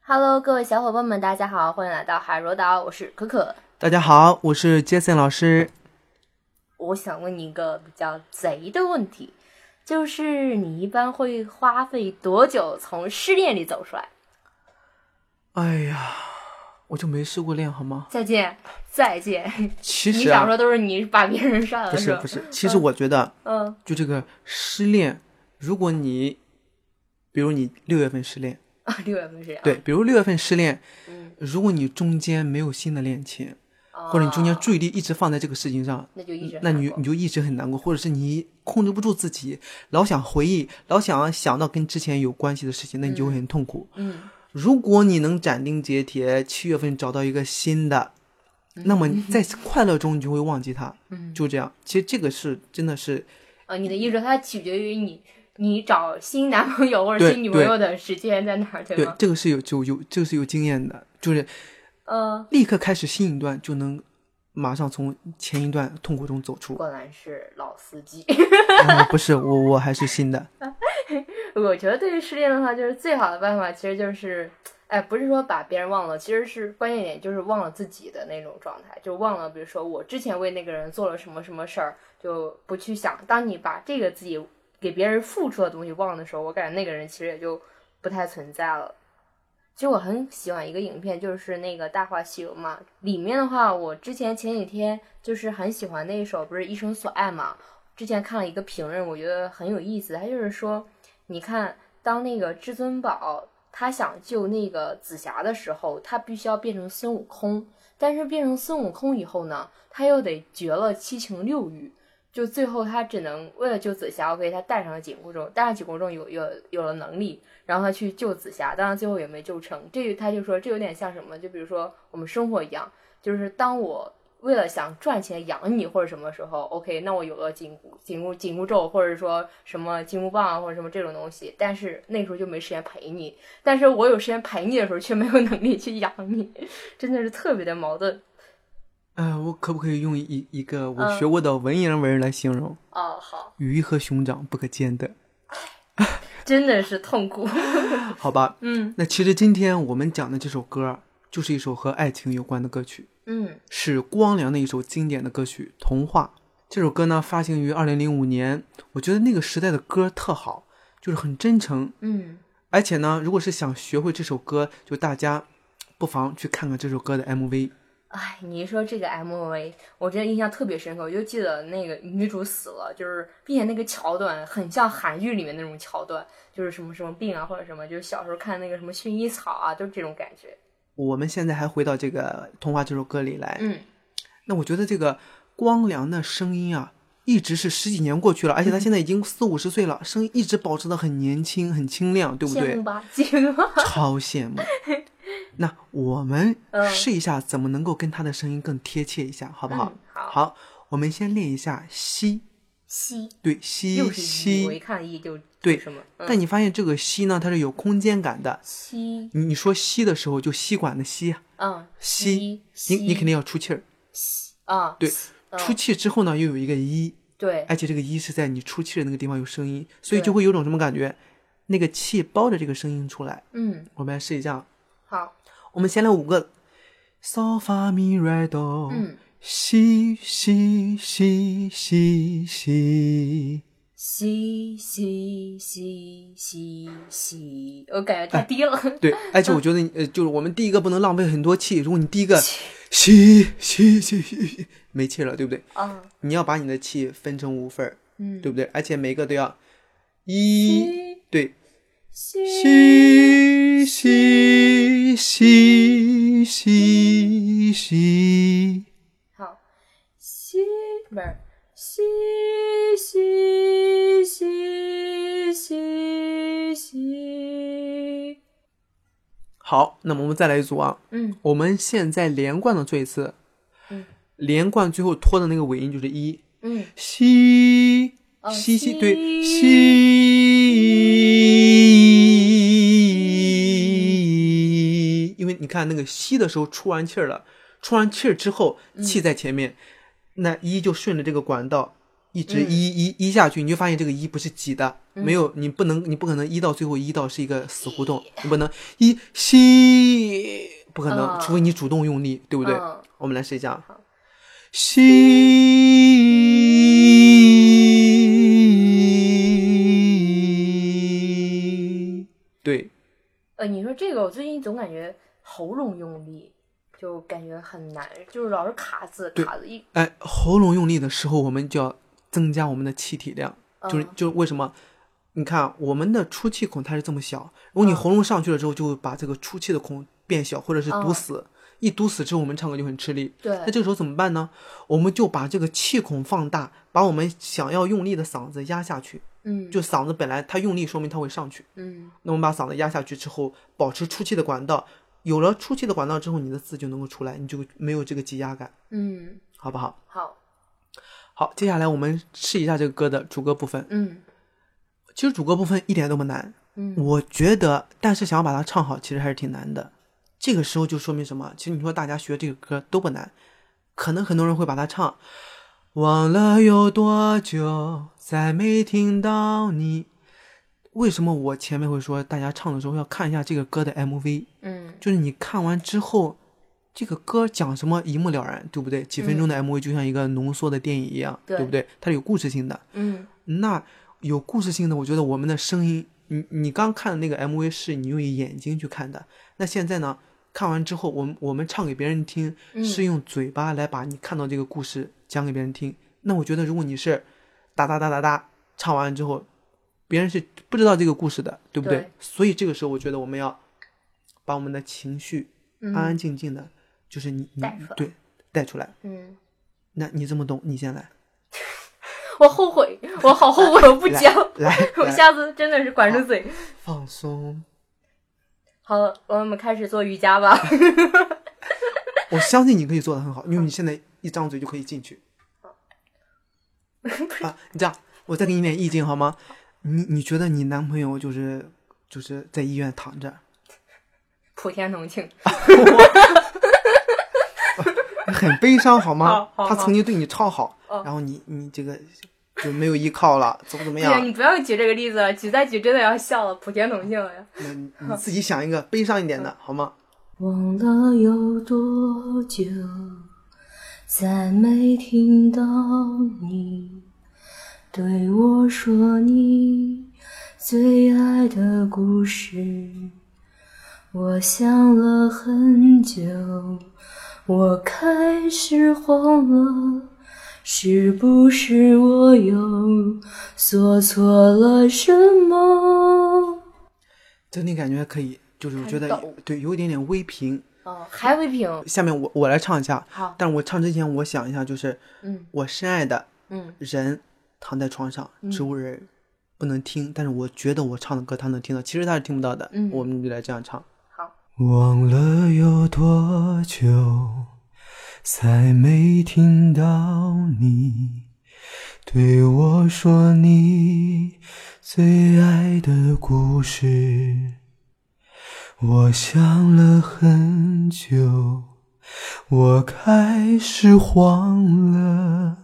Hello，各位小伙伴们，大家好，欢迎来到海螺岛，我是可可。大家好，我是 Jason 老师。我想问你一个比较贼的问题，就是你一般会花费多久从失恋里走出来？哎呀，我就没失过恋，好吗？再见，再见。其你实小时啊，候都是你把别人杀了，不是吧不是，其实我觉得，嗯就这个失恋，如果你，比如你六月份失恋，啊，六月份是这样。对，，比如六月份失恋，嗯，如果你中间没有新的恋情，或者你中间啊注意力一直放在这个事情上，那就一直那你难过你就一直很难过，或者是你控制不住自己，老想回忆，老想想到跟之前有关系的事情，那你就会很痛苦。嗯如果你能斩钉截铁，七月份找到一个新的，那么在快乐中你就会忘记它，嗯就这样。其实这个是真的是啊，你的意志它取决于你你找新男朋友或者对新女朋友的时间在哪儿，对对吗？这个是有就有这个是有经验的，就是嗯，立刻开始新一段就能马上从前一段痛苦中走 出。果然是老司机。嗯不是我，我还是新的。我觉得对于失恋的话，就是最好的办法，其实就是，哎，不是说把别人忘了，其实是关键点就是忘了自己的那种状态，就忘了，比如说我之前为那个人做了什么什么事儿，就不去想。当你把这个自己给别人付出的东西忘的时候，我感觉那个人其实也就不太存在了。其实我很喜欢一个影片，就是那个《大话西游》嘛。里面的话，我之前前几天就是很喜欢那一首，不是《一生所爱》嘛。之前看了一个评论，我觉得很有意思。他就是说，你看，当那个至尊宝他想救那个紫霞的时候，他必须要变成孙悟空。但是变成孙悟空以后呢，他又得绝了七情六欲，就最后他只能为了救紫霞，我给他带上了紧箍咒，带上紧箍咒有有有了能力，然后他去救紫霞，当然最后也没救成。这他就说这有点像什么，就比如说我们生活一样，就是当我。为了想赚钱养你或者什么时候，OK，那我有了紧箍紧箍紧箍咒，或者说什么紧箍棒啊，或者什么这种东西，但是那时候就没时间陪你。但是我有时间陪你的时候，却没有能力去养你，真的是特别的矛盾。呃，我可不可以用一一个我嗯学过的文言文来形容？哦，好，鱼和熊掌不可兼得，真的是痛苦。好吧？嗯那其实今天我们讲的这首歌，就是一首和爱情有关的歌曲，嗯是光良的一首经典的歌曲《童话》。这首歌呢，发行于二零零五年。我觉得那个时代的歌特好，就是很真诚。嗯而且呢，如果是想学会这首歌，就大家不妨去看看这首歌的 MV。哎，你一说这个 MV，我真的印象特别深刻。我就记得那个女主死了，就是并且那个桥段很像韩剧里面那种桥段，就是什么什么病啊或者什么，就是小时候看那个什么薰衣草啊，就是这种感觉。我们现在还回到这个《童话》这首歌里来。嗯那我觉得这个光良的声音啊，一直是十几年过去了，而嗯且他现在已经四五十岁了，声音一直保持的很年轻、很清亮，对不对？羡慕吧，羡慕。 超 羡慕。那我们嗯试一下怎么能够跟他的声音更贴切一下，好不好？嗯好好，我们先练一下吸，西对，吸又是一，我一吸。看一就对就什么，嗯、但你发现这个吸呢，它是有空间感的。西，你你说吸的时候，就吸管的吸啊，嗯，吸，西你你肯定要出气儿，啊，对哎嗯出气之后呢，又有一个一，对，而且这个一是在你出气的那个地方有声音，所以对就会有种什么感觉，那个气包着这个声音出来。嗯，我们来试一下啊，好，我们先来五个，so fa mi re do，嗯，西西西西西，西西西西西，我感觉太低了，对，而且我觉得你呃，就是我们第一个不能浪费很多气，如果你第一个西西西西西没气了，对不对？ 啊，你要把你的气分成五份儿，嗯，对不对？而且每个都要一，对，西西西西西西，好，西不是西西西西西，好，那么我们再来一组啊。嗯我们现在连贯的做一次，嗯连贯最后拖的那个尾音就是一，嗯，西哦西西西，对，西，因为你看那个西的时候出完气儿了，出完气儿之后气在前面，那一就顺着这个管道一直嗯一一一下去，你就发现这个一不是挤的，没有你不能你不可能一到最后一到是一个死胡同，你不能一吸，不可能，嗯除非你主动用力，对不对？嗯我们来试一下好，吸，对，呃，你说这个，我最近总感觉喉咙用力，就感觉很难，就是老是卡字，对卡字一，哎，喉咙用力的时候，我们就要增加我们的气体量，就是嗯就是为什么？你看我们的出气孔它是这么小，如果你嗯喉咙上去了之后，就会把这个出气的孔变小，或者是堵嗯死。一堵死之后，我们唱歌就很吃力。对那，这个时候怎么办呢？我们就把这个气孔放大，把我们想要用力的嗓子压下去。嗯，就嗓子本来它用力，说明它会上去。嗯那我们把嗓子压下去之后，保持出气的管道。有了出气的管道之后，你的字就能够出来，你就没有这个挤压感，嗯，好不好？好，好，接下来我们试一下这个歌的主歌部分。嗯其实主歌部分一点都不难，嗯我觉得，但是想要把它唱好，其实还是挺难的。这个时候就说明什么？其实你说大家学这个歌都不难，可能很多人会把它唱。忘了有多久再没听到你？为什么我前面会说大家唱的时候要看一下这个歌的 MV？嗯就是你看完之后，这个歌讲什么一目了然，对不对？几分钟的 MV 就像一个浓缩的电影一样，嗯对对不对？它是有故事性的。嗯那有故事性的，我觉得我们的声音，你你刚看的那个 MV 是你用眼睛去看的，那现在呢，看完之后，我们我们唱给别人听，嗯是用嘴巴来把你看到这个故事讲给别人听。那我觉得，如果你是哒哒哒哒哒唱完之后，别人是不知道这个故事的，对不对所以这个时候，我觉得我们要把我们的情绪嗯安安静静的，就是你你带出来对带出来。嗯，那你这么懂，你先来，我后悔，我好后悔，我不来讲，来 我来下次真的是管住嘴。放松。好，我们开始做瑜伽吧。 我相信你可以做的很好，因为你现在一张嘴就可以进 去。啊，你这样，我再给你点意境好吗？你你觉得你男朋友就是就是在医院躺着，普天同庆，很悲伤好吗好？好他曾经对你超好哦，然后你你这个就没有依靠了，怎么怎么对哎呀，样？你不要举这个例子了，举再举真的要笑了，普天同庆了呀。那你你自己想一个悲伤一点的嗯好吗？忘了有多久，再没听到你对我说你最爱的故事。我想了很久，我开始慌了，是不是我又做错了什么？整体感觉还可以，就是我觉很得抖对有一点点微平。哦，还未平。下面我我来唱一下，好，但我唱之前我想一下，就是嗯我深爱的嗯人躺在床上，植物人不能听，但是我觉得我唱的歌他能听到，其实他是听不到的。嗯我们就来这样唱。好，忘了有多久，才没听到你对我说你最爱的故事。我想了很久，我开始慌了。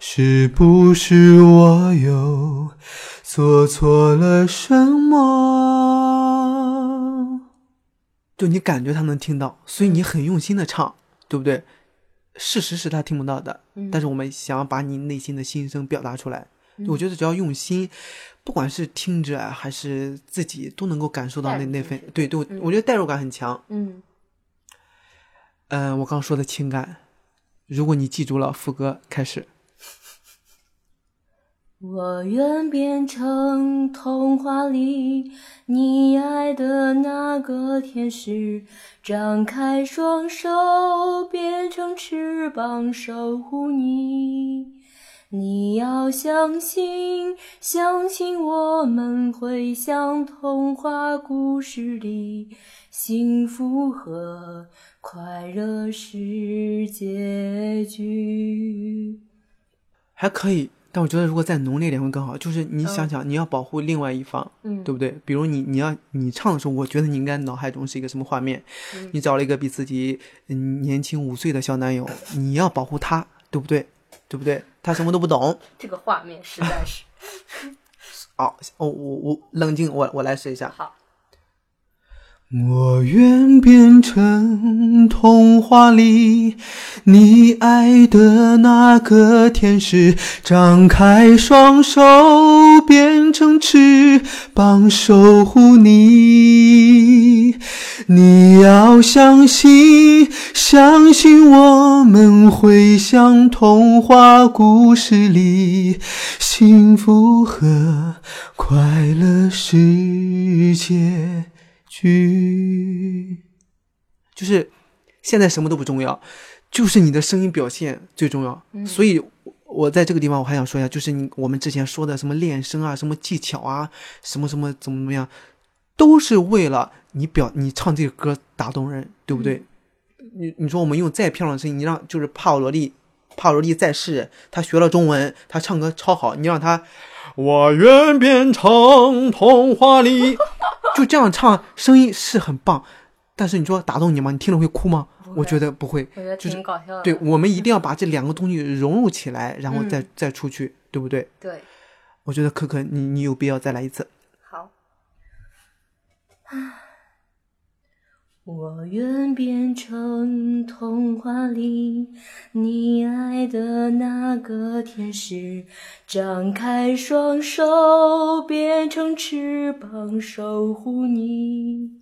是不是我又做错了什么？就你感觉他能听到，所以嗯你很用心的唱，对不对？事实是他听不到的，嗯但是我们想要把你内心的心声表达出来。嗯我觉得只要用心，不管是听者还是自己，都能够感受到那带入那进份去对对，嗯我觉得代入感很强。嗯嗯、我刚说的情感，如果你记住了，副歌开始。我愿变成童话里你爱的那个天使，张开双手变成翅膀守护你。你要相信，相信我们会像童话故事里幸福和快乐是结局。还可以，但我觉得如果再浓烈一点会更好。就是你想想，你要保护另外一方，嗯对不对？比如你你要你唱的时候，我觉得你应该脑海中是一个什么画面？嗯你找了一个比自己嗯年轻五岁的小男友，你要保护他，对不对？对不对？他什么都不懂。这个画面实在是哦哦，我我冷静，我我来试一下。好。我愿变成童话里你爱的那个天使，张开双手变成翅膀守护你。你要相信，相信我们会像童话故事里幸福和快乐世界。去，就是现在什么都不重要，就是你的声音表现最重要。所以，我在这个地方我还想说一下，就是你我们之前说的什么练声啊，什么技巧啊，什么什么怎么怎么样，都是为了你表你唱这个歌打动人，对不对？你你说我们用再漂亮的声音，你让就是帕瓦罗蒂，帕瓦罗蒂在世，他学了中文，他唱歌超好，你让他。我愿变成童话里， 就这样唱，声音是很棒，但是你说打动你吗？你听了会哭吗？我觉得不会。我觉得就是挺搞笑的。对我们一定要把这两个东西融入起来，然后再、再出去，对不对？对我觉得可可，你你有必要再来一次。好。我愿变成童话里你爱的那个天使，张开双手变成翅膀守护你。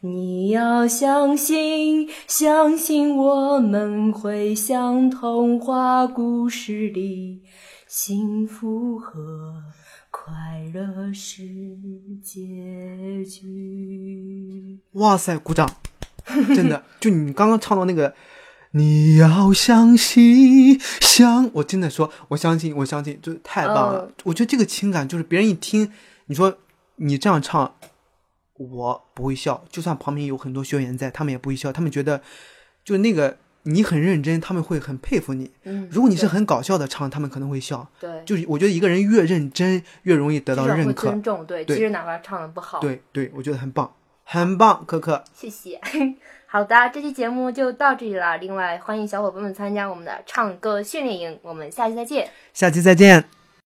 你要相信，相信我们会像童话故事里幸福和快乐是结局。哇塞，鼓 掌！真的，就你刚刚唱到那个，你要相信，相，我真的说，我相信，我相信，就是太棒了。嗯我觉得这个情感就是别人一听，你说你这样唱，我不会笑，就算旁边有很多学员在，他们也不会笑，他们觉得就那个你很认真，他们会很佩服你。嗯如果你是很搞笑的唱，他们可能会笑。对，就是我觉得一个人越认真，越容易得到至少认会可尊。重，对，对即使哪怕唱的不好，对对，我觉得很棒，很棒，可可。谢谢。 好的，这期节目就到这里啦。另外，欢迎小伙伴们参加我们的唱歌训练营，我们下期再见。下期再见。